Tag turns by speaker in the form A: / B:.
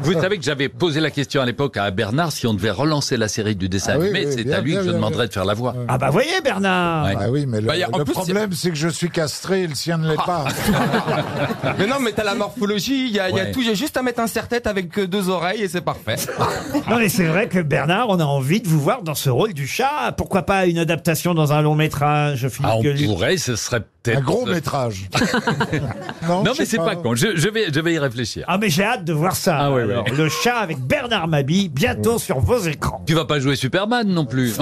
A: Vous savez que j'avais posé la question à l'époque à Bernard si on devait relancer la série du dessin
B: Ah oui,
A: animé,
B: oui,
A: c'est
B: bien,
A: à lui
B: bien,
A: que je
B: bien,
A: demanderais
B: bien.
A: de faire la voix.
C: Ah bah voyez Bernard
A: Ouais.
B: Ah oui, mais le,
D: Bah, y a- en
B: le
D: plus,
B: problème, c'est que je suis castré et le sien ne l'est pas.
D: Mais non, mais t'as la morphologie, il y a, il y a
A: Ouais.
D: tout, j'ai juste à mettre un serre-tête avec euh, deux oreilles et c'est parfait.
C: Non mais c'est vrai que Bernard, on a envie de vous voir dans ce rôle du chat. Pourquoi pas une adaptation dans un long métrage, Philippe
A: Ah, on
C: Gueluc
A: pourrait, ce serait peut-être.
B: Un gros métrage.
A: Non,
B: je
A: mais
B: sais
A: c'est pas con. Je, je vais, je vais y réfléchir.
C: Ah mais j'ai hâte de voir ça.
A: Ah oui, oui.
C: Alors, Le chat avec Bernard Mabi, bientôt sur vos écrans.
A: Tu vas pas jouer Superman non plus.